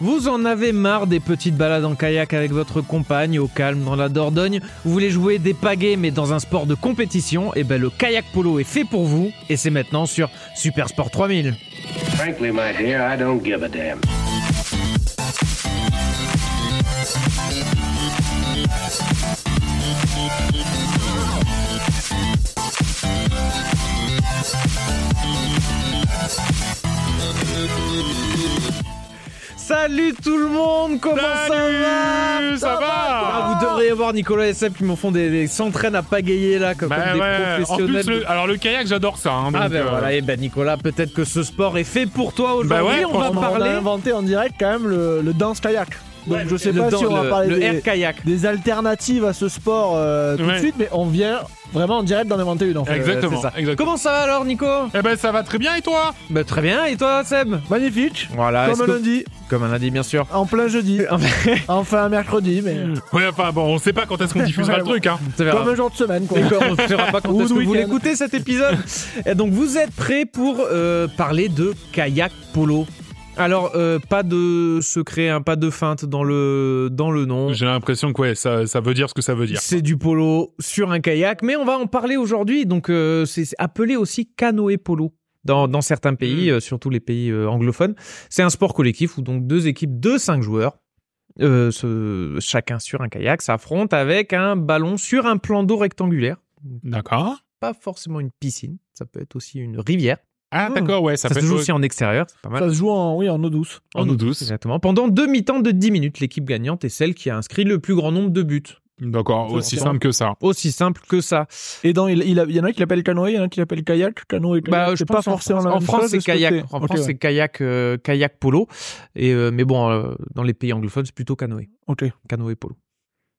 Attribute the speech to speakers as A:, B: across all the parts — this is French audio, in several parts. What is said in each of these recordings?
A: Vous en avez marre des petites balades en kayak avec votre compagne au calme dans la Dordogne Vous voulez jouer des pagaies mais dans un sport de compétition Et ben le kayak polo est fait pour vous et c'est maintenant sur Supersport 3000.
B: Frankly, my dear, I don't give a damn.
A: Salut tout le monde, comment
C: Salut,
A: ça va
C: ça va
A: Ah, Vous devriez voir Nicolas et Seb qui m'en font des, des s'entraînent à pagayer là comme,
C: Bah
A: comme des
C: ouais. En
A: professionnels.
C: plus, le, alors le kayak, j'adore ça. hein,
A: Ah
C: donc,
A: ben
C: euh,
A: voilà, et ben Nicolas, peut-être que ce sport est fait pour toi aujourd'hui.
C: Bah ouais,
A: on va
C: franchement,
D: On a- On a
A: parler
D: inventé en direct quand même le, le dance kayak. Donc
A: Ouais,
D: je sais
A: le
D: pas si
A: dan-
D: on va
A: le-
D: parler
A: le air
D: des,
A: kayak.
D: des alternatives à ce sport euh, tout
C: Ouais.
D: de suite, mais on vient vraiment en direct d'en inventer une en fait. Euh,
C: Exactement,
A: c'est ça.
C: exactement.
A: Comment ça va alors Nico
C: Eh ben ça va très bien et toi
A: Bah très bien, et toi Seb
D: Magnifique,
A: Voilà,
D: comme lundi,
A: comme un lundi bien sûr.
D: en plein jeudi, enfin mercredi, mais
C: Ouais, enfin bon, on sait pas quand est-ce qu'on diffusera le truc. Hein.
A: C'est vrai.
D: comme un jour de semaine quoi.
A: D'accord, on ne saura pas quand
D: Ou
A: est-ce
D: le
A: que vous
D: week-end.
A: l'écoutez cet épisode. Et donc vous êtes prêts pour euh, parler de kayak polo. Alors euh, pas de secret, hein, pas de feinte dans le dans le nom.
C: J'ai l'impression que ouais, ça, ça veut dire ce que ça veut dire.
A: C'est du polo sur un kayak, mais on va en parler aujourd'hui. Donc euh, c'est c'est appelé aussi canoë polo. Dans, dans certains pays, euh, surtout les pays euh, anglophones, c'est un sport collectif où donc deux équipes de cinq joueurs, euh, se- chacun sur un kayak, s'affrontent avec un ballon sur un plan d'eau rectangulaire
C: D'accord.
A: pas forcément une piscine, ça peut être aussi une rivière.
C: Ah
A: Hmm.
C: d'accord, ouais,
A: Ça,
C: ça, fait
A: se joue aussi en extérieur, c'est pas mal.
D: Ça se joue en, oui, en eau douce.
C: en eau douce.
A: Exactement. Pendant deux mi-temps de 10 minutes, l'équipe gagnante est celle qui a inscrit le plus grand nombre de buts.
C: D'accord, aussi
D: C'est
C: simple que ça.
A: Aussi simple que ça.
D: Et dans, il, il a- il y en a qui l'appellent canoë, il y en a qui l'appellent kayak, canoë. kayak,
A: Bah, je
D: c'est
A: pense
D: pas
A: en
D: forcément
A: France-
D: la
A: en
D: même
A: France,
D: chose,
A: c'est
D: est-ce que
A: kayak.
D: c'est-
A: En
D: Ok,
A: France,
D: ouais.
A: c'est kayak, euh, kayak polo. Et euh, mais bon, euh, dans les pays anglophones, c'est plutôt canoë,
D: Ok.
A: canoë polo.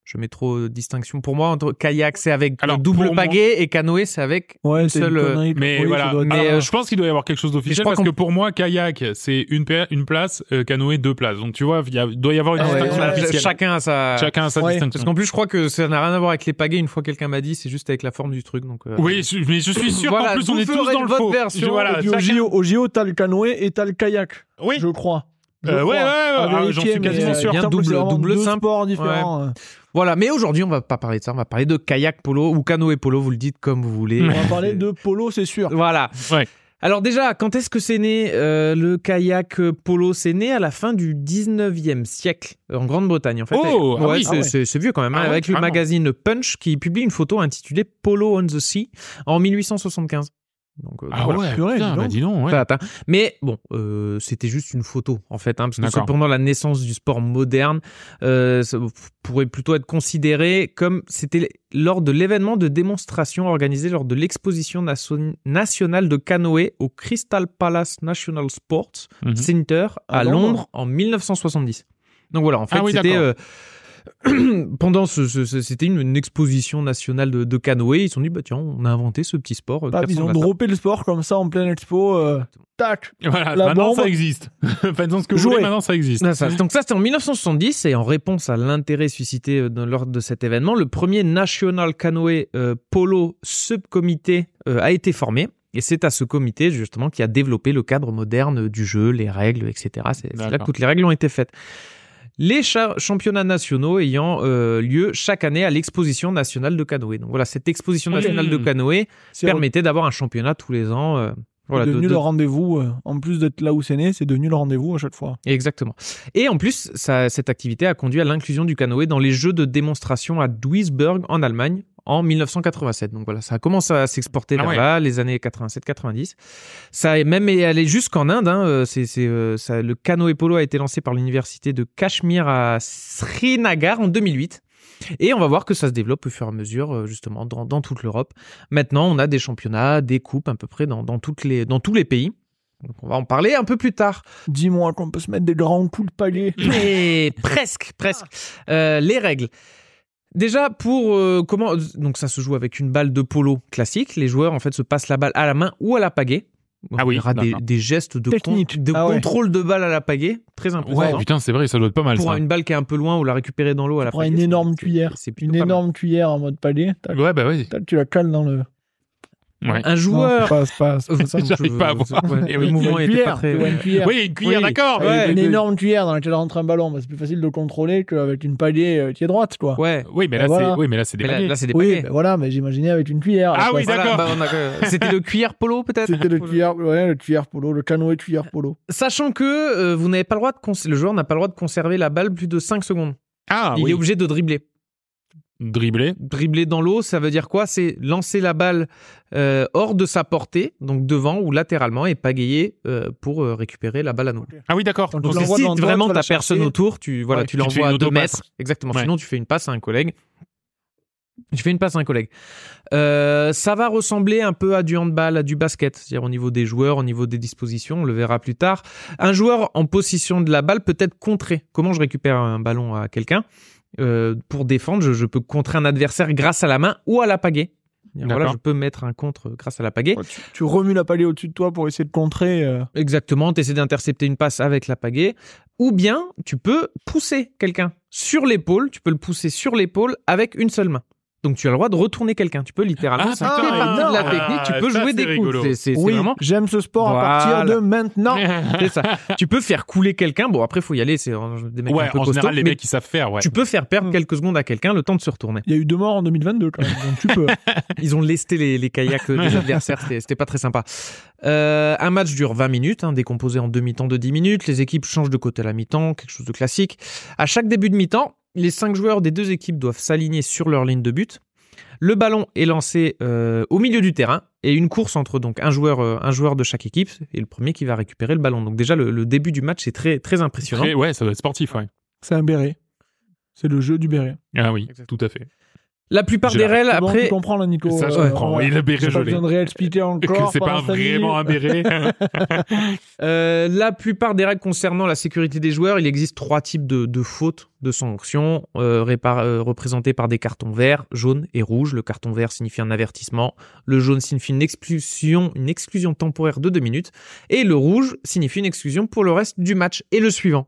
A: Je mets trop de distinction pour moi entre kayak, c'est avec
C: Alors,
A: le double
C: pour moi-
A: pagaie et canoë, c'est avec.
D: Ouais,
A: Une
D: c'est une
A: seule, euh,
D: connerie,
C: Mais
D: oui, ça
C: voilà,
D: doit être-
A: Mais,
C: Alors,
A: euh,
C: je pense qu'il doit y avoir quelque chose
A: je
C: d'officiel
A: crois
C: parce que pour moi, kayak, c'est une, pa- une place, euh, canoë, deux places. Donc tu vois, il y a- doit y avoir une
D: Ah ouais,
C: distinction
D: ouais,
C: officielle.
A: Chacun a sa.
C: Chacun a sa
D: Ouais.
A: Parce
C: distinction.
A: qu'en plus, je crois que ça n'a rien à voir avec les pagaies. Une fois, quelqu'un m'a dit, c'est juste avec la forme du truc. Donc, euh,
C: Oui, je- mais je suis sûr
A: Voilà,
C: qu'en plus
A: vous
C: on est
A: ferez
C: tous dans le
A: votre
C: faux.
A: version
C: Je- voilà,
D: Et puis au
C: chacun-
D: JO, au JO, t'as le canoë et t'as le kayak,
C: Oui.
D: je crois. Je
C: Euh, ouais,
D: crois.
C: ouais, ouais,
D: À
C: ah,
D: vérifier,
C: j'en suis
D: mais,
C: quasiment
D: euh,
C: sûr.
D: il me semble
A: Double-
D: que c'est vraiment
A: double
D: deux
A: simple.
D: sports différents. euh.
A: Voilà, mais aujourd'hui, on va pas parler de ça, on va parler de kayak polo ou canoë polo, vous le dites comme vous voulez.
D: On va parler de polo, c'est sûr.
A: Voilà.
C: Ouais.
A: Alors déjà, quand est-ce que c'est né euh, le kayak euh, polo C'est né à la fin du 19e siècle euh, en Grande-Bretagne en fait.
C: Oh,
A: Et-
C: ah
A: ouais,
C: oui.
A: c'est,
D: Ah ouais.
A: c'est- c'est vieux quand même, hein,
C: Ah ouais,
A: avec le
C: carrément.
A: magazine Punch qui publie une photo intitulée Polo on the Sea en 1875. Donc, euh, donc
C: Ah
A: voilà.
C: ouais,
D: Purée,
C: putain,
D: dis
C: bah
D: donc.
C: dis donc, ouais.
A: Pas atteint. Mais bon, euh, c'était juste une photo en fait, hein, parce que
C: D'accord.
A: cependant la naissance du sport moderne euh, ça pourrait plutôt être considéré comme c'était lors de l'événement de démonstration organisé lors de l'exposition naso- nationale de canoë au Crystal Palace National Sports
C: Mhm.
A: Center à,
D: À
A: Londres.
D: Londres.
A: en 1970. Donc voilà, en fait,
C: Ah oui,
A: c'était
C: d'accord.
A: euh, pendant ce, ce- ce- c'était une, une exposition nationale de, de canoë. Ils se sont dit bah tiens, on a inventé ce petit sport. euh,
D: Bah,
A: qui
D: ils ont
A: ressemble à ça.
D: droppé le sport comme ça en pleine expo. euh, tac.
C: Voilà,
D: La
C: maintenant
D: bombe.
C: ça existe. Faisons ce que vous
D: Jouez.
C: voulez, maintenant ça existe.
A: Ah, ça, donc ça, c'était en 1970 et en réponse à l'intérêt suscité euh, dans- lors de cet événement, le premier National Canoe euh, Polo Subcomité euh, a été formé. Et c'est à ce comité justement qui a développé le cadre moderne du jeu, les règles, etc. C'est c'est là que
C: D'accord.
A: toutes les règles ont été faites. Les cha- championnats nationaux ayant euh, lieu chaque année à l'exposition nationale de canoë. Donc voilà, cette exposition
C: Ok.
A: nationale de canoë
D: C'est
A: permettait d'avoir un championnat tous les ans. euh, voilà, de-
D: devenu
A: de-
D: le rendez-vous. euh, en plus d'être là où c'est né, c'est devenu le rendez-vous à chaque fois.
A: Exactement. Et en plus, ça- cette activité a conduit à l'inclusion du canoë dans les jeux de démonstration à Duisburg en Allemagne en 1987. Donc voilà, ça commence à s'exporter
C: Ah
A: vers
C: ouais.
A: là, les années 87-90. Ça est même allé jusqu'en Inde. hein, euh, c'est- c'est, euh, ça- le canoë polo a été lancé par l'université de Cachemire à Srinagar en 2008. Et on va voir que ça se développe au fur et à mesure, euh, justement, dans, dans toute l'Europe. Maintenant, on a des championnats, des coupes à peu près dans, dans toutes les, dans tous les pays. Donc on va en parler un peu plus tard.
D: Dis-moi qu'on peut se mettre des grands coups de palier.
A: Mais presque, presque. Euh, les règles. Déjà, pour euh, comment. Donc, ça se joue avec une balle de polo classique. Les joueurs, en fait, se passent la balle à la main ou à la pagaie. Donc,
C: Ah oui,
A: il y aura des,
C: d'accord.
A: des gestes de,
D: Technique.
A: con- de
D: Ah ouais.
A: contrôle de balle à la pagaie. Très
C: Ouais,
A: impressionnant.
C: putain, c'est vrai, ça doit être pas mal
A: pour
C: ça.
A: une balle qui est un peu loin ou la récupérer dans l'eau à la
D: Tu prends
A: pagaie.
D: une
A: c'est-
D: énorme
A: c'est-
D: cuillère.
A: c'est plutôt
D: Une
A: pas mal.
D: énorme cuillère en mode palier. Tac,
C: Ouais, bah ouais.
D: tac, tu la cales dans le.
C: Ouais.
A: Un
D: Non,
A: joueur. euh,
D: c'est pas- c'est pas- c'est pas ça.
C: J'arrive pas à voir.
A: Ouais,
C: Eh
A: le
C: oui.
A: mouvement
D: Une
A: était pas
D: cuillère,
A: très.
D: tu vois, une cuillère. Ah,
C: Oui, une cuillère,
A: Oui.
C: d'accord.
A: Ouais.
C: mais-
D: une
A: de-
D: énorme cuillère dans laquelle rentre un ballon, bah, c'est plus facile de le contrôler qu'avec une palier euh, qui est droite, quoi.
A: Ouais.
C: Oui, mais là,
D: Voilà.
C: c'est... oui, mais là, c'est des
A: Mais là,
C: paniers.
A: là, c'est des
D: oui,
A: paniers.
D: bah, voilà, mais j'imaginais avec une cuillère.
C: Ah
D: là,
C: oui,
D: quoi.
A: Voilà,
C: d'accord.
A: bah, on a- C'était le cuillère polo peut-être
D: C'était le cuillère, ouais, le cuillère polo, le canoë cuillère polo.
A: Sachant que euh, vous n'avez pas le droit de cons- le joueur n'a pas le droit de conserver la balle plus de 5 secondes.
C: Ah,
A: Il
C: oui.
A: est obligé de dribbler.
C: Dribbler.
A: Dribbler dans l'eau, ça veut dire quoi C'est lancer la balle euh, hors de sa portée, donc devant ou latéralement, et pagayer euh, pour euh, récupérer la balle à nous.
C: Ah oui, d'accord.
D: Quand
C: Donc,
D: tu
A: Donc,
D: l'envoies
A: si
D: dans le dos,
A: vraiment
D: tu vas
A: t'as
D: la chercher.
A: personne autour, tu voilà,
D: Ouais,
A: tu
C: tu fais
A: l'envoies à
C: une
A: 2
C: autopasse.
A: mètres. Exactement.
C: Ouais.
A: Sinon, tu fais une passe à un collègue. Je fais une passe à un collègue. Euh, ça va ressembler un peu à du handball, à du basket, c'est-à-dire au niveau des joueurs, au niveau des dispositions, on le verra plus tard. Un joueur en possession de la balle peut être contré. Comment je récupère un ballon à quelqu'un Euh, Pour défendre, je, je peux contrer un adversaire grâce à la main ou à la pagaie. C'est-à-dire, Voilà,
C: D'accord.
A: je peux mettre un contre grâce à la pagaie.
D: Tu, tu remues la palier au-dessus de toi pour essayer de contrer. euh,
A: Exactement, tu essaies d'intercepter une passe avec la pagaie. Ou bien tu peux pousser quelqu'un sur l'épaule, tu peux le pousser sur l'épaule avec une seule main. Donc tu as le droit de retourner quelqu'un. Tu peux littéralement,
C: Ah,
A: ça
D: putain,
A: fait partie de la
C: énorme.
A: technique, tu peux
C: Ah, ça,
A: jouer
C: c'est
A: des coups.
C: rigolo.
A: C'est- C'est c'est
D: Oui,
A: vraiment...
D: j'aime ce sport à
A: Voilà.
D: partir de maintenant.
A: c'est ça. tu peux faire couler quelqu'un. Bon, après, faut y aller, c'est euh, des mecs un
C: ouais,
A: peu
C: en
A: costauds.
C: général, les
A: mais
C: mecs, ils savent faire, ouais.
A: tu peux faire perdre quelques secondes à quelqu'un le temps de se retourner.
D: Il y a eu deux morts en 2022 quand même, donc tu peux.
A: Ils ont lesté les, les kayaks des adversaires, c'était c'était pas très sympa. Euh, un match dure 20 minutes, hein, décomposé en deux mi-temps de 10 minutes. Les équipes changent de côté à la mi-temps, quelque chose de classique. À chaque début de mi-temps, les cinq joueurs des deux équipes doivent s'aligner sur leur ligne de but. Le ballon est lancé euh, au milieu du terrain et une course entre donc un joueur, euh, un joueur de chaque équipe et le premier qui va récupérer le ballon. Donc déjà le, le début du match est très très impressionnant.
C: Très- Ouais, ça doit être sportif, ouais.
D: C'est un béret. C'est le jeu du béret.
C: Ah oui,
A: Exactement.
C: tout à fait.
A: La plupart
C: Je
A: des
C: la-
A: règles
D: C'est bon,
A: après
D: tu comprends là, Nico.
C: ça, je
D: euh,
C: comprends.
D: voilà.
C: Oui, le béret
D: J'ai pas
C: gelé.
D: besoin de réexpliquer
C: Que
D: encore.
C: c'est pas
D: pendant cinq
C: vraiment un
D: minutes.
C: béret. Ah
A: Euh, la plupart des règles concernant la sécurité des joueurs, il existe trois types de, de fautes de sanctions euh, répar- euh, représentées par des cartons verts, jaunes et rouges. Le carton vert signifie un avertissement, le jaune signifie une exclusion, une exclusion temporaire de deux minutes, et le rouge signifie une exclusion pour le reste du match et le suivant.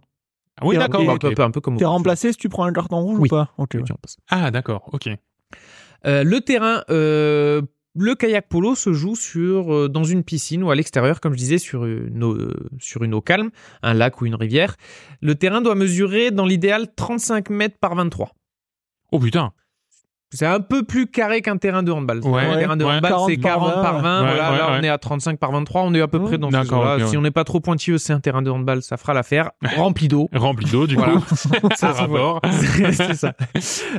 C: Ah oui,
D: Et-
C: d'accord.
D: et-
C: bah,
A: un, peu,
C: ok.
A: un peu comme au-
D: T'es remplacé si tu prends un carton rouge
A: Oui.
D: ou pas Ok. ouais.
A: Tu en passes.
C: Ah, d'accord, ok.
A: Euh, le terrain, euh, le kayak polo se joue sur, euh, dans une piscine ou à l'extérieur, comme je disais, sur une, eau, euh, sur une eau calme, un lac ou une rivière. Le terrain doit mesurer, dans l'idéal, 35 mètres par 23.
C: Oh putain.
A: C'est un peu plus carré qu'un terrain de handball.
C: Ouais,
A: un terrain de
C: ouais.
A: handball, c'est 40 par 20.
C: ouais.
A: voilà,
C: Ouais,
A: là,
C: ouais,
A: on est à 35 par 23. On est à peu
D: Mmh.
A: près dans ce
C: D'accord,
A: jeu-là.
C: ok,
A: Si
C: ouais.
A: on n'est pas trop pointilleux, c'est un terrain de handball, ça fera l'affaire. Rempli d'eau.
C: Rempli d'eau, du
A: Voilà.
C: coup.
D: Ah,
C: Ça rapport.
A: c'est ça.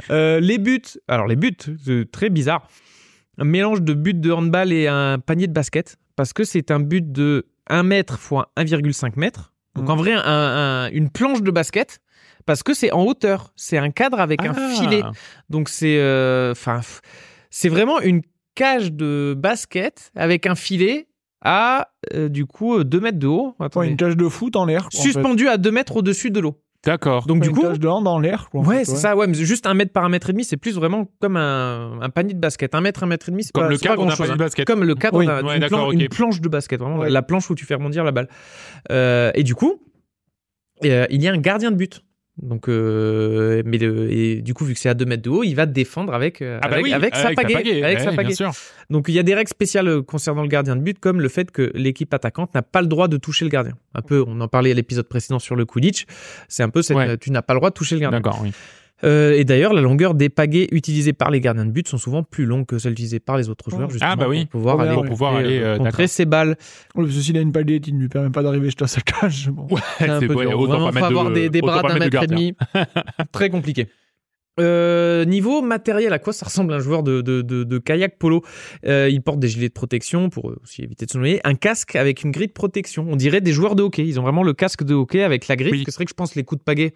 A: Euh, les buts, alors les buts, c'est très bizarre. Un mélange de buts de handball et un panier de basket, parce que c'est un but de 1 mètre fois 1,5 mètre. Donc
D: Mm.
A: en vrai, un- un- une planche de basket, parce que c'est en hauteur. C'est un cadre avec un
C: Ah.
A: filet. Donc c'est, euh, enfin, pff, c'est vraiment une cage de basket avec un filet à euh, du coup euh, 2 mètres de haut.
D: Ouais,
A: Attendez.
D: une cage de foot en l'air. quoi, en fait.
A: Suspendu à 2 mètres au-dessus de l'eau.
C: D'accord.
A: Donc
D: Ouais,
A: du
D: une
A: coup,
D: cage de hand en l'air. quoi, en
A: Ouais,
D: fait,
A: c'est ça, ouais, mais juste un mètre par un mètre et demi, c'est plus vraiment comme un, un panier de basket. Un mètre, un mètre et demi, c'est
C: Comme
A: pas,
C: le
A: c'est pas
C: cadre, on a
A: grand-chose,
C: pas
A: hein.
C: de basket.
A: Comme le cadre,
D: Oui,
A: on a
C: ouais,
A: une,
C: d'accord,
A: plan-
C: ok.
A: une planche de basket, vraiment,
D: Ouais.
A: la planche où tu fais rebondir la balle. Euh, et du coup, euh, il y a un gardien de but. Donc, euh, mais le- et du coup, vu que c'est à 2 mètres de haut, il va défendre avec, euh,
C: Ah bah
A: avec,
C: oui,
A: avec sa
C: ta
A: pagaie. avec
C: Ouais,
A: sa
C: bien
A: pagaie.
C: sûr.
A: Donc, il y a des règles spéciales euh, concernant le gardien de but, comme le fait que l'équipe attaquante n'a pas le droit de toucher le gardien. Un peu, on en parlait à l'épisode précédent sur le Quidditch. C'est un peu, cette- euh,
C: Ouais.
A: tu n'as pas le droit de toucher le gardien.
C: D'accord, oui.
A: Euh, et d'ailleurs, la longueur des pagaies utilisées par les gardiens de but sont souvent plus longues que celles utilisées par les autres joueurs,
D: Ah,
A: justement,
C: bah oui.
A: pour pouvoir
D: Pour
A: aller,
D: pouvoir
C: aller,
A: euh,
C: euh,
A: contrer
C: d'accord.
A: ces balles.
D: Ouais, parce que s'il a une palette, il ne lui permet pas d'arriver jusqu'à sa cage. bon.
A: C'est un
C: C'est-
A: peu
C: ouais,
A: dur.
C: autant
A: Vraiment,
C: pas
A: faut
C: mettre de-
A: avoir des, des
C: autant
A: bras
C: pas
A: d'un
C: mettre de
A: mètre et demi. Très compliqué. Euh, niveau matériel, à quoi ça ressemble un joueur de, de- de- de kayak polo Euh, Il porte des gilets de protection pour euh, aussi éviter de se noyer, un casque avec une grille de protection. On dirait des joueurs de hockey. Ils ont vraiment le casque de hockey avec la grille.
C: Oui.
A: Parce que c'est vrai que je pense les coups de pagaie,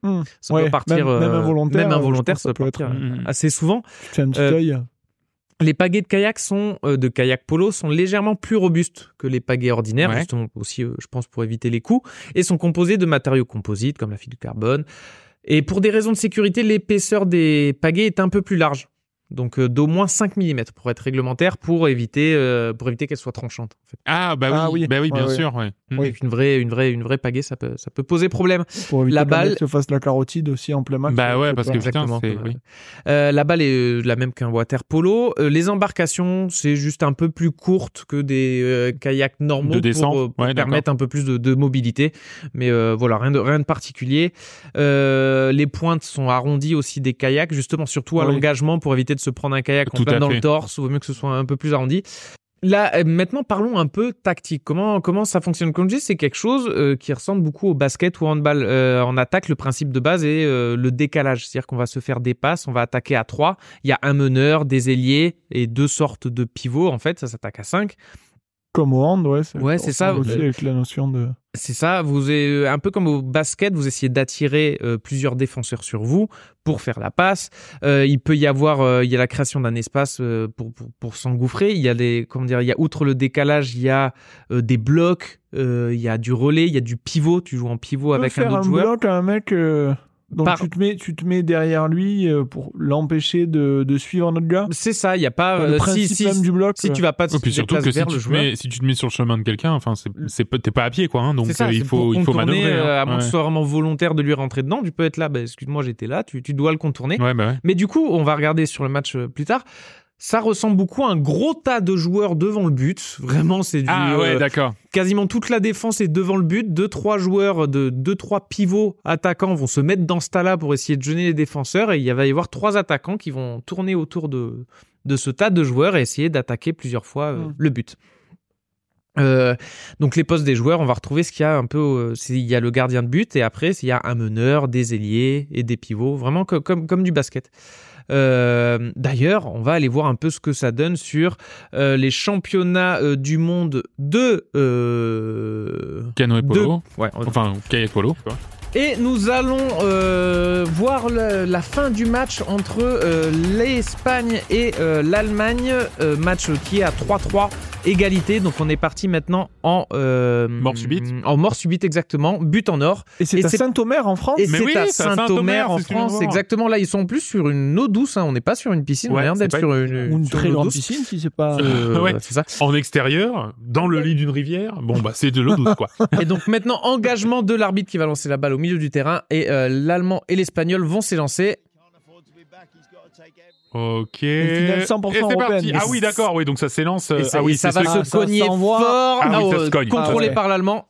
D: Hmm.
A: ça
D: Ouais,
A: peut partir
D: même- même
A: euh,
D: involontaire,
A: même
D: euh, je
A: involontaire,
D: pense
A: ça
D: que
A: peut
D: ça peut mmh.
A: partir
C: être,
A: euh,
C: euh,
A: assez souvent.
D: C'est un petit
A: Euh,
D: œil.
A: Les pagaies de kayak sont euh, de kayak polo sont légèrement plus robustes que les pagaies ordinaires,
C: Ouais.
A: justement aussi, euh, je pense, pour éviter les coups, et sont composées de matériaux composites comme la fibre de carbone. Et pour des raisons de sécurité, l'épaisseur des pagaies est un peu plus large. donc euh, d'au moins 5 mm pour être réglementaire, pour éviter, euh, pour éviter qu'elle soit tranchante. en fait.
C: Ah, bah
D: Ah
C: oui,
D: oui.
C: bah oui,
D: Ouais,
C: bien
D: ouais.
C: sûr, ouais. Mm.
A: Avec une vraie, une vraie, une vraie pagaie, ça peut, ça peut poser problème.
D: Pour éviter
A: La
D: que le mec
A: balle-
D: se fasse la carotide aussi en plein match.
C: Bah ouais,
D: C'est
C: parce
D: pas-
C: que putain,
A: Exactement.
C: c'est.
A: comme,
C: oui.
A: Euh, la balle est euh, la même qu'un water polo. Euh, les embarcations, c'est juste un peu plus courte que des euh, kayaks normaux
C: De descente,
A: pour, euh, pour
C: ouais, d'accord.
A: permettre un peu plus de, de mobilité. Mais euh, voilà, rien de, rien de particulier. Euh, les pointes sont arrondies aussi des kayaks, justement, surtout à
D: Oui.
A: l'engagement pour éviter de se prendre un kayak en
C: Tout
A: plein
C: à
A: dans
C: fait.
A: le torse. Vaut mieux que ce soit un peu plus arrondi. Là, euh, maintenant, parlons un peu tactique. Comment, comment ça fonctionne Comme je dis, c'est quelque chose euh, qui ressemble beaucoup au basket ou au handball. Euh, en attaque, le principe de base est euh, le décalage. C'est-à-dire qu'on va se faire des passes, on va attaquer à trois. Il y a un meneur, des ailiers et deux sortes de pivots. En fait, ça s'attaque à cinq.
D: Comme au hand, ouais.
A: Ouais, c'est ça.
D: Aussi
A: Euh,
D: avec la notion de.
A: C'est ça, vous euh, un peu comme au basket, vous essayez d'attirer euh, plusieurs défenseurs sur vous pour faire la passe. Euh, il peut y avoir, euh, il y a la création d'un espace euh, pour, pour, pour s'engouffrer. Il y a des, comment dire, il y a outre le décalage, il y a euh, des blocs, euh, il y a du relais, il y a du pivot. Tu joues en pivot
D: Tu peux
A: avec un
D: faire
A: autre
D: un
A: joueur.
D: bloc à un mec. euh, Donc
A: Par-
D: tu, te mets, tu te mets derrière lui euh, pour l'empêcher de, de suivre notre gars.
A: C'est ça, il y a pas. euh,
D: le
A: si
D: principe
A: si,
D: même du bloc.
A: si
D: euh,
A: tu vas pas te
C: Et puis surtout
A: déplacer
C: que si
A: vers
C: tu,
A: le
C: te
A: joueur.
C: mets, si tu te mets sur le chemin de quelqu'un, enfin, c'est, c'est pas- t'es pas à pied, quoi. hein, donc
A: C'est ça,
C: euh, il
A: c'est
C: faut,
A: pour
C: il faut
A: contourner,
C: manœuvrer. hein.
A: euh, à moins que ce
C: ouais.
A: soit vraiment volontaire de lui rentrer dedans, tu peux être là, bah, excuse-moi, j'étais là, tu, tu dois le contourner.
C: Ouais, bah ouais.
A: Mais du coup, on va regarder sur le match euh, plus tard. Ça ressemble beaucoup à un gros tas de joueurs devant le but. Vraiment, c'est du
C: Ah ouais,
A: euh,
C: d'accord.
A: quasiment toute la défense est devant le but. Deux trois joueurs de deux trois pivots attaquants vont se mettre dans ce tas-là pour essayer de gêner les défenseurs et il va y avoir trois attaquants qui vont tourner autour de de ce tas de joueurs et essayer d'attaquer plusieurs fois euh,
D: Mm.
A: le but. Euh, donc les postes des joueurs, on va retrouver ce qu'il y a un peu. euh, c'est- il y a le gardien de but et après il y a un meneur, des ailiers et des pivots, vraiment co- comme comme du basket. Euh, D'ailleurs, on va aller voir un peu ce que ça donne sur euh, les championnats euh, du monde de euh,
C: Canoë
A: de-
C: polo.
A: Ouais.
C: Enfin, kayak polo. quoi.
A: Et nous allons euh, voir le- la fin du match entre euh, l'Espagne et euh, l'Allemagne. Euh, match qui est à 3-3 égalité. Donc on est parti maintenant en euh,
C: Mort subite.
A: En mort subite exactement. But en or.
D: Et c'est
A: et
D: à
A: c'est-
D: Saint-Omer en France.
A: Et
C: Mais
A: c'est
C: oui,
A: à
C: c'est à Saint-Omer,
A: Saint-Omer en
C: c'est ce que je viens de
A: France.
C: voir.
A: Exactement. Là ils sont plus sur une eau douce. hein. On n'est pas sur une piscine.
C: Ouais,
A: on a l'air
C: c'est
A: d'être
C: pas
A: sur une,
D: Ou une
A: sur
D: très
A: eau
D: grande
A: douce.
D: piscine si c'est pas.
A: Euh,
C: Ouais.
A: C'est ça.
C: En extérieur, dans le lit d'une rivière. Bon, bah, c'est de l'eau douce, quoi.
A: Et donc maintenant, engagement de l'arbitre qui va lancer la balle au milieu du terrain. Et euh, l'Allemand et l'Espagnol vont s'élancer.
C: Ok.
D: finale 100%
C: Et c'est parti.
D: européenne.
C: Ah oui, d'accord. Oui, donc ça s'élance. euh,
A: Et ça,
C: Ah
A: et
C: oui,
A: ça
C: c'est
A: va
C: celui-
D: celui-
A: se
D: Ah, ça
A: cogner
D: s'envoie.
A: fort.
C: Ah oui, ça
A: euh,
C: se cogne.
A: Contrôlé
D: Ah ouais.
A: par l'allemand.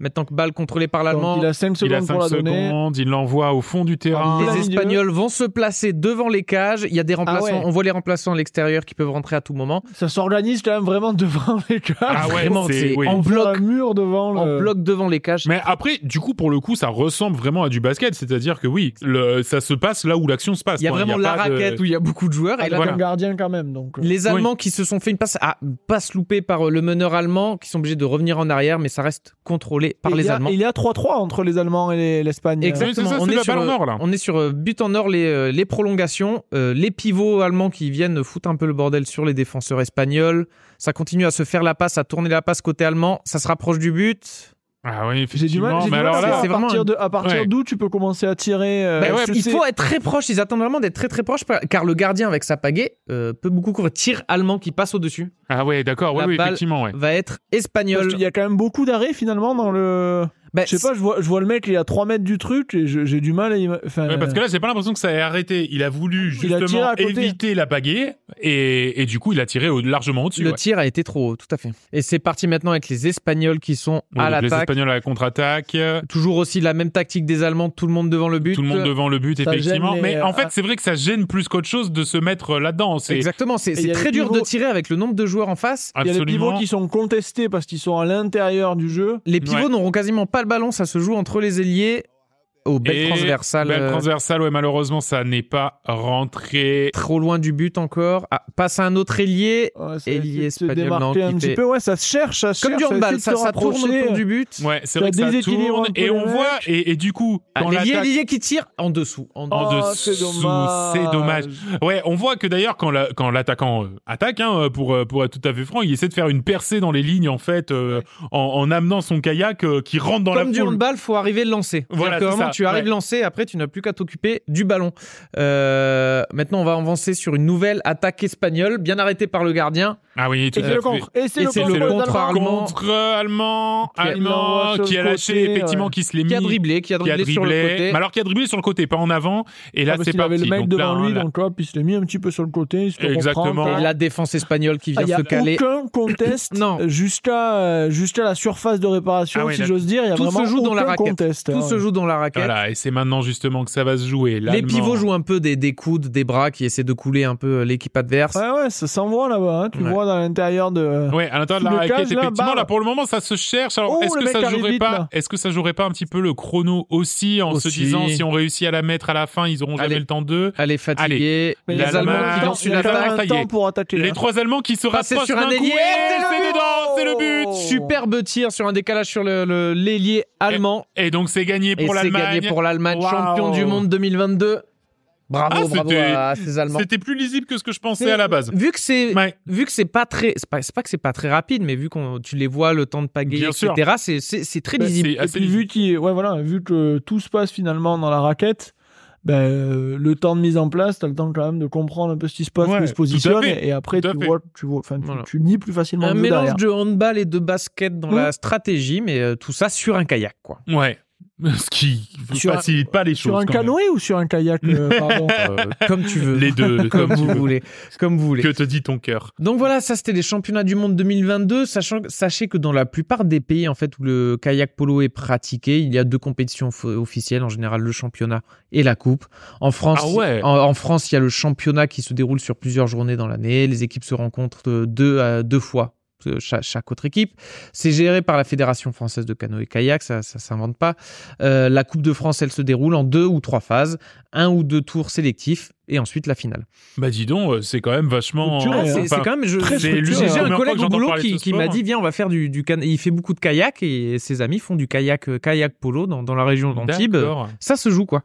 A: Maintenant que balle contrôlée par
D: Donc,
A: l'allemand,
D: il a 5
C: Il
D: secondes
C: a
D: pour
C: 5
D: la donner.
C: secondes, il l'envoie au fond du terrain.
D: plein
A: les
D: milieu.
A: Espagnols vont se placer devant les cages. Il y a des remplaçants.
D: Ah ouais.
A: On voit les remplaçants à l'extérieur qui peuvent rentrer à tout moment.
D: Ça s'organise quand même vraiment devant les gars.
C: Ah ouais,
A: Vraiment, c'est
C: c'est oui.
A: en bloc,
D: un mur devant
A: en
D: le.
A: bloc devant les cages.
C: Mais après, du coup, pour le coup, ça ressemble vraiment à du basket, c'est-à-dire que oui, le, ça se passe là où l'action se passe.
A: Il y a
C: quoi.
A: vraiment la
C: pas de- Ah,
A: raquette où il y a beaucoup de joueurs. Et
D: Avec
A: là,
C: voilà.
D: Ah, un gardien quand même. Donc. euh.
A: Les Allemands qui se sont fait une passe à passe loupée par euh, le meneur allemand, qui sont obligés de revenir en arrière, mais ça reste contrôlé par
D: Et il
A: les
D: y a-
A: Allemands.
D: Il y a 3-3 entre les Allemands et les- l'Espagne.
C: Exact.
A: Exactement.
C: c'est ça,
A: on,
C: c'est
A: est
C: la
A: sur,
C: balle en or, là.
A: on est sur euh, but en or, les, euh, les prolongations, euh, les pivots allemands qui viennent foutre un peu le bordel sur les défenseurs espagnols. Ça continue à se faire la passe, à tourner la passe côté allemand. Ça se rapproche du but.
C: Ah oui,
D: J'ai du mal,
C: effectivement.
D: j'ai du
C: Mais
D: mal
C: alors
D: à
C: là,
D: savoir
A: c'est
D: à
A: vraiment
D: partir
A: une-
D: de- à partir
C: Ouais.
D: d'où tu peux commencer à tirer. euh,
A: Bah,
D: parce
C: ouais,
D: que
A: il
D: c'est-
A: faut être très proche. Ils attendent vraiment d'être très très proche, car le gardien avec sa pagaie euh, peut beaucoup courir. Tir allemand qui passe au dessus
C: ah ouais, d'accord, oui,
A: La
C: oui,
A: balle-
C: effectivement, ouais.
A: va être
D: parce
A: espagnol.
D: qu'il y a quand même beaucoup d'arrêts finalement dans le.
A: Bah,
D: Je sais pas, je vois, je vois le mec, il est à 3 mètres du truc et je- j'ai du mal à. im- Enfin,
C: Ouais, parce que là, j'ai pas l'impression que ça ait arrêté. Il a voulu
D: Il a tiré
C: justement
D: à côté.
C: éviter la pagaie et, et du coup, il a tiré au- largement au-dessus.
A: le
C: ouais.
A: tir a été trop haut, tout à fait. Et c'est parti maintenant avec les Espagnols qui sont à
C: Ouais, donc les
A: l'attaque.
C: Espagnols à la contre-attaque, euh,
A: Toujours aussi la même tactique des Allemands, tout le monde devant le but.
C: tout le monde devant le but,
D: Ça gêne
C: effectivement.
D: les-
C: Mais en fait,
D: ah.
C: c'est vrai que ça gêne plus qu'autre chose de se mettre là-dedans. C'est
A: Exactement, c'est
D: Et
A: c'est
D: il y a les
A: très dur de
D: pivots.
A: tirer avec le nombre de joueurs en face.
D: il y a les pivots
C: absolument.
D: qui sont contestés parce qu'ils sont à l'intérieur du jeu.
A: Les pivots
C: Ouais.
A: n'auront quasiment pas le ballon, ça se joue entre les ailiers au belle
C: Et
A: transversale.
C: Belle
A: euh,
C: transversale, ouais, malheureusement, ça n'est pas rentré.
A: Trop loin du but encore. Ah, passe à un autre ailier.
D: Ouais, c'est-
A: Ailier
D: c'est- c'est
A: espagnol, non,
D: démarqué
A: qui
D: un
A: fait-
D: petit peu. Ouais, ça se cherche, ça se
A: Comme
D: cherche.
A: du handball,
D: essaie de
A: ça,
D: se
A: ça tourne
D: rapprocher.
A: autour du but.
C: Ouais, c'est
D: Ça
C: vrai que ça
D: déséquilibre
C: tourne
D: un peu
C: et
D: les
C: on
D: mecs.
C: voit et, et du coup
A: Ah,
C: dans
A: l'ailier
C: l'attaque
A: l'ailier qui tire en dessous. En dessous.
C: En
D: Oh,
C: dessous,
D: c'est dommage.
C: c'est dommage. Ouais, on voit que d'ailleurs quand la- quand l'attaquant euh, attaque, hein, euh, pour euh, pour être tout à fait franc, il essaie de faire une percée dans les lignes en fait, euh, en, en amenant son kayak euh, qui rentre dans
A: Comme
C: la
A: du
C: foule.
A: handball, faut arriver à le lancer.
C: Voilà,
A: C'est-à-dire que
C: c'est
A: vraiment,
C: ça.
A: tu arrives
C: Ouais.
A: lancé, après tu n'as plus qu'à t'occuper du ballon. Euh, maintenant, on va avancer sur une nouvelle attaque espagnole, bien arrêtée par le gardien.
C: Ah oui, tout
D: Et
C: à
D: c'est le
C: fait.
D: contre. Et c'est
A: Et
D: le
A: c'est
D: contre.
A: le
D: des
A: contre
D: Allemands.
A: allemand.
C: Contre allemand,
A: Qui a-
C: allemand,
D: Non, sur
C: qui
D: le
C: a lâché,
D: côté,
C: effectivement,
D: ouais.
C: qui se l'est mis.
A: Qui a dribblé, qui a
C: qui a
A: dribblé,
C: dribblé.
A: sur le côté.
C: Mais alors qui a dribblé sur le côté, pas en avant. Et là,
D: Ah, Parce
C: c'est
D: qu'il avait
C: parti.
D: le mec
C: Donc
D: devant
C: là,
D: lui,
C: là-
D: donc hop, il se l'est mis un petit peu sur le côté. il se le reprend,
C: Exactement.
D: tac.
A: Et la défense espagnole qui
D: Ah,
A: vient
D: Il n'y a
A: se caler.
D: aucun contest
A: Non.
D: jusqu'à euh, jusqu'à la surface de réparation,
C: Ah oui,
D: si
C: là,
D: j'ose dire. Il y a
A: tout se
D: vraiment
A: joue dans la
D: aucun
A: raquette.
D: contest.
A: Tout
D: hein.
A: se joue dans la raquette.
C: Voilà, et c'est maintenant justement que ça va se jouer.
A: Les
C: L'Allemand-
A: pivots jouent un peu des, des coudes, des bras qui essaient de couler un peu l'équipe adverse.
D: Ouais, ouais, ça s'envoie là-bas. hein. Tu
A: Ouais.
D: vois dans l'intérieur de.
C: Ouais, à l'intérieur de
D: Sous
C: la
D: le
C: raquette,
D: cage, là,
C: effectivement,
D: barre.
C: là pour le moment ça se cherche. Alors
D: Oh,
C: est-ce
D: le
C: que
D: mec
C: ça
D: arrive
C: jouerait
D: vite,
C: pas
D: là.
C: Est-ce que ça jouerait pas un petit peu le chrono aussi en se
A: Aussi.
C: disant si on réussit à la mettre à la fin, ils auront
A: Allez.
C: jamais le temps d'eux.
A: Elle est fatiguée.
D: Mais
A: les
C: l'Allemagne-
A: Allemands qui
C: Attends,
A: lancent une
D: il y a quand
A: attaque.
D: même un
C: ça y est.
D: temps pour attaquer.
C: Les
D: hein.
C: trois Allemands qui se
A: Passer
C: rapprochent
A: sur un
C: d'un coup.
A: ailier.
C: Et c'est dedans, c'est le but.
D: Oh.
A: Superbe tir sur un décalage sur l'ailier le, l'ailier allemand.
C: Et donc c'est gagné
A: Et
C: pour
A: c'est gagné
C: l'Allemagne.
A: pour l'Allemagne,
C: Waouh.
A: champion du monde 2022. Bravo,
C: Ah,
A: bravo
C: c'était-
A: à ces Allemands.
C: C'était plus lisible que ce que je pensais
A: Mais-
C: à la base.
A: Vu que c'est
C: Ouais.
A: vu que c'est pas très, c'est pas, c'est pas que c'est pas très rapide, mais vu qu'on tu les vois le temps de pagayer,
C: Bien sûr. Bah,
A: etc. C'est c'est- c'est très
D: Ouais,
A: lisible.
C: C'est
D: Et
C: assez
D: puis, vu, qu'il- ouais, voilà, vu que tout se passe finalement dans la raquette, ben, euh, le temps de mise en place, tu as le temps quand même de comprendre un peu ce qui se passe,
C: Ouais,
D: où il se
C: tout à
D: positionne,
C: fait,
D: et après
C: tout à
D: tu
C: fait.
D: vois, tu, vois, enfin, tu-
A: Voilà.
D: tu lis plus facilement
A: Un
D: le jeu
A: mélange
D: derrière.
A: de handball et de basket dans
D: Mm.
C: Mmh.
A: la stratégie, mais euh, tout ça sur un kayak, quoi.
C: Ouais. Ce qui
D: Sur un-
C: facilite pas les choses.
D: Sur un
C: quand même.
D: canoë ou sur un kayak euh, pardon
A: Euh, comme tu veux,
C: Les deux.
A: comme
C: tu
A: vous
C: veux.
A: voulez, comme vous voulez.
C: Que te dit ton cœur
A: Donc voilà, ça c'était les championnats du monde 2022. Sachant, sachez que dans la plupart des pays en fait où le kayak polo est pratiqué, il y a deux compétitions fo- officielles en général le championnat et la coupe. En France,
C: Ah ouais.
A: en, en France, il y a le championnat qui se déroule sur plusieurs journées dans l'année. Les équipes se rencontrent euh, deux à deux fois. euh, cha- Chaque, autre équipe. C'est géré par la Fédération française de canoë-kayak, ça ça s'invente pas. Euh, la Coupe de France, elle se déroule en deux ou trois phases, un ou deux tours sélectifs et ensuite la finale.
C: Bah dis donc, euh, c'est quand même vachement.
D: Culture,
A: Ah,
D: Ouais,
A: c'est
C: enfin,
A: c'est quand même. je-
D: hein. très
A: j'ai-
D: structuré,
A: J'ai
D: hein.
A: un
C: Première fois
A: collègue
C: que
A: au
C: j'entends
A: boulot
C: parler de
A: qui,
C: ce
A: qui m'a
C: sport.
A: dit viens, on va faire du, du can- Il fait beaucoup de kayak et ses amis font du kayak, euh, kayak polo dans, dans la région d'Antibes.
C: d'accord.
A: Ça se joue quoi.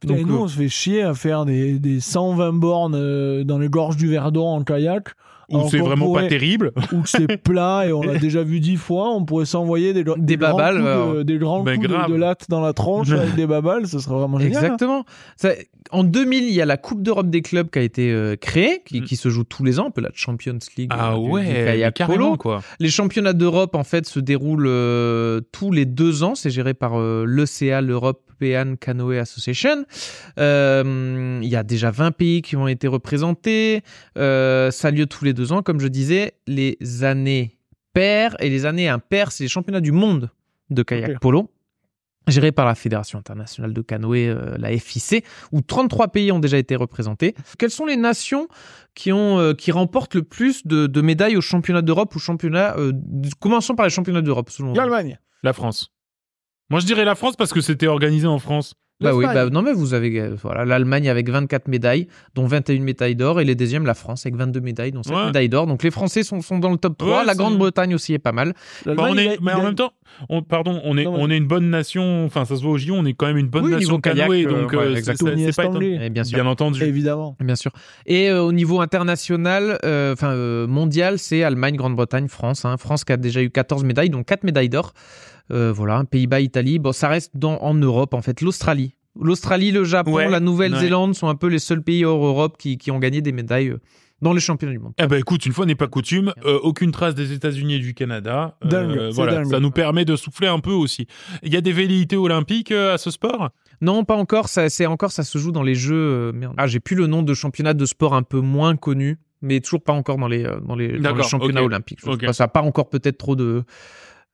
D: Putain,
A: Donc,
D: et nous,
A: euh,
D: on se fait chier à faire des, des 120 bornes euh, dans les gorges du Verdon en kayak,
C: Ou
D: Alors
C: c'est
D: qu'on
C: vraiment pas
D: pourrait-
C: terrible.
D: où c'est plat et on l'a déjà vu dix fois. On pourrait s'envoyer des, gr-
A: Des
D: grands
A: babales, euh,
D: coups de-
A: alors.
D: des grands
C: Ben,
D: coups de,
C: grave.
D: de latte dans la tronche avec des babales, ce serait vraiment génial. hein.
A: Exactement. Ça- en 2000, il y a la Coupe d'Europe des clubs qui a été euh, créée, qui,
C: Mm.
A: qui se joue tous les ans, un peu la Champions League euh,
C: Ah
A: du- du
C: ouais, mais
A: kayak
C: carrément
A: polo.
C: quoi.
A: Les championnats d'Europe, en fait, se déroulent euh, tous les deux ans. C'est géré par euh, l'ECA, l'European Canoe Association. Euh, Il y a déjà 20 pays qui ont été représentés. Euh, ça a lieu tous les deux ans. Comme je disais, les années paires et les années impaires, c'est les championnats du monde de kayak
D: Ok.
A: polo. gérés par la Fédération internationale de canoë, euh, la FIC, où 33 pays ont déjà été représentés. Quelles sont les nations qui, ont, euh, qui remportent le plus de, de médailles aux championnats d'Europe ou championnats. euh, d- commençons par les championnats d'Europe, selon vous.
D: L'Allemagne.
C: La France. Moi je dirais la France parce que c'était organisé en France.
A: Bah oui,
D: l'Espagne.
A: bah non, mais vous avez euh, voilà, l'Allemagne avec 24 médailles, dont 21 médailles d'or, et les deuxièmes, la France, avec 22 médailles, dont 7
C: Ouais.
A: médailles d'or. Donc les Français sont, sont dans le top 3.
C: Ouais,
A: la
C: c'est-
A: Grande-Bretagne aussi est pas mal.
C: Bah, on
D: L'Allemagne, il a-
C: est, mais
D: il
C: en
D: a-
C: même temps, on, pardon, on est,
D: Non,
C: on est une bonne nation. Enfin, ça se voit au JO, on est quand même une bonne
A: Oui, niveau
C: nation
A: kayak,
C: canoë,
A: euh,
C: donc
A: ouais,
C: euh, c'est
A: exactement.
C: c'est-
D: Tony
C: c'est pas étonnant.
D: Estanguet,
A: Et bien sûr.
C: Bien entendu.
D: évidemment.
A: Bien sûr. Et euh, au niveau international, euh, enfin euh, mondial, c'est Allemagne, Grande-Bretagne, France. hein. France qui a déjà eu 14 médailles, dont 4 médailles d'or. Euh, voilà, hein, Pays-Bas, Italie. Bon, ça reste dans, en Europe, en fait. L'Australie. L'Australie, le Japon,
C: Ouais,
A: la Nouvelle-Zélande sont un peu les seuls pays hors Europe qui, qui ont gagné des médailles euh, dans les championnats du monde.
C: Eh ben écoute, une fois n'est pas coutume, euh, aucune trace des États-Unis et du Canada. Euh,
D: Dingue, c'est
C: voilà,
D: dingue.
C: ça nous permet de souffler un peu aussi. Il y a des velléités olympiques euh, à ce sport
A: Non, pas encore. Ça, c'est encore, ça se joue dans les jeux. euh, merde. Ah, j'ai plus le nom de championnat de sport un peu moins connu, mais toujours pas encore dans les euh, dans les, dans les
C: D'accord,
A: championnats
C: ok.
A: olympiques. Je sais
C: Ok.
A: pas, ça a pas encore peut-être trop de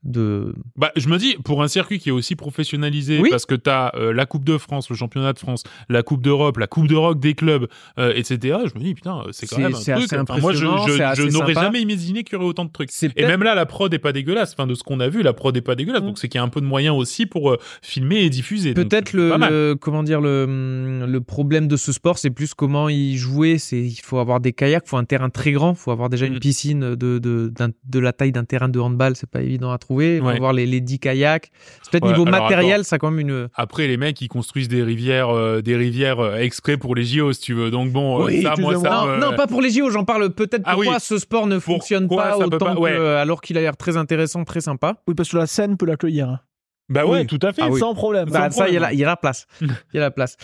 A: de
C: Bah, je me dis, pour un circuit qui est aussi professionnalisé,
A: Oui.
C: parce que tu as la Coupe de France, le championnat de France, la Coupe d'Europe, la Coupe de rock des clubs, euh, etc. Je me dis, putain, euh, c'est quand
A: C'est-
C: même un
A: c'est
C: truc.
A: assez
C: Enfin, moi, je,
A: impressionnant,
C: je-
A: c'est
C: je
A: assez
C: n'aurais
A: sympa.
C: jamais imaginé qu'il y aurait autant de trucs.
A: C'est
C: Et
A: peut-être-
C: même là, la prod est pas dégueulasse. Enfin, de ce qu'on a vu, la prod est pas dégueulasse.
D: Mm.
C: Donc, c'est qu'il y a un peu de moyens aussi pour euh, filmer et diffuser. Donc,
A: Peut-être
C: c'est
A: le,
C: pas mal.
A: le- comment dire le hum, le problème de ce sport, c'est plus comment y jouer. C'est il faut avoir des kayaks, faut un terrain très grand, faut avoir déjà
C: Mm.
A: une piscine de de, d'un- de la taille d'un terrain de handball, c'est pas évident à trouver. Faut
C: Ouais.
A: avoir les les 10 kayaks. C'est peut-être
C: Ouais,
A: niveau
C: alors,
A: matériel, ça a quand même une.
C: Après, les mecs, ils construisent des rivières, euh, des rivières euh, exprès pour les JO, si tu veux. Donc bon, euh,
D: Oui,
C: ça, moi,
D: excusez-moi.
C: ça.
A: non,
C: euh,
A: non, pas pour les JO. J'en parle peut-être
C: Ah
A: pourquoi
C: oui.
A: ce sport ne
C: Pourquoi
A: fonctionne pas
C: ça peut
A: autant
C: pas- ouais.
A: que, alors qu'il a l'air très intéressant, très sympa.
D: Oui, parce que la scène peut l'accueillir. hein.
C: Bah ouais,
A: Oui.
C: tout à fait.
A: Ah oui.
D: Sans problème.
A: Bah,
D: Sans
A: ça, il y, a
D: problème.
A: la- il y a la place. Il y a la place.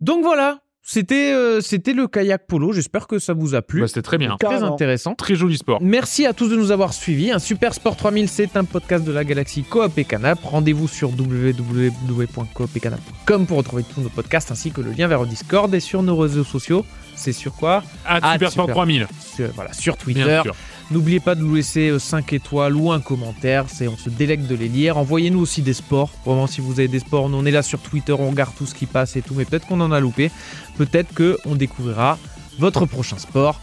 A: Donc voilà, c'était euh, c'était le kayak polo. J'espère que ça vous a plu.
C: Bah, c'était très bien.
A: Très
D: Carrément.
A: intéressant.
C: Très joli sport.
A: Merci à tous de nous avoir suivis. Un Super Sport 3000, c'est un podcast de la galaxie Coop et Canap. Rendez-vous sur www.coopetcanap.com pour retrouver tous nos podcasts ainsi que le lien vers le Discord et sur nos réseaux sociaux. C'est sur quoi
C: Ah,
A: Ah,
C: Super Sport
A: super.
C: 3000.
A: Sur- Voilà, sur
C: Bien
A: Twitter.
C: sûr.
A: N'oubliez pas de nous laisser 5 étoiles ou un commentaire. C'est on se délecte de les lire. Envoyez-nous aussi des sports. Vraiment, si vous avez des sports, nous on est là sur Twitter, on regarde tout ce qui passe et tout. Mais peut-être qu'on en a loupé. Peut-être que on découvrira votre prochain sport.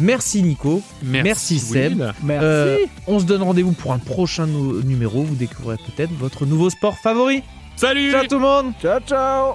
A: Merci Nico. Merci, Seb.
C: Will.
D: Merci.
A: Euh, on se donne rendez-vous pour un prochain nu- numéro. Vous découvrirez peut-être votre nouveau sport favori.
C: Salut
A: Ciao tout le monde
D: Ciao, ciao.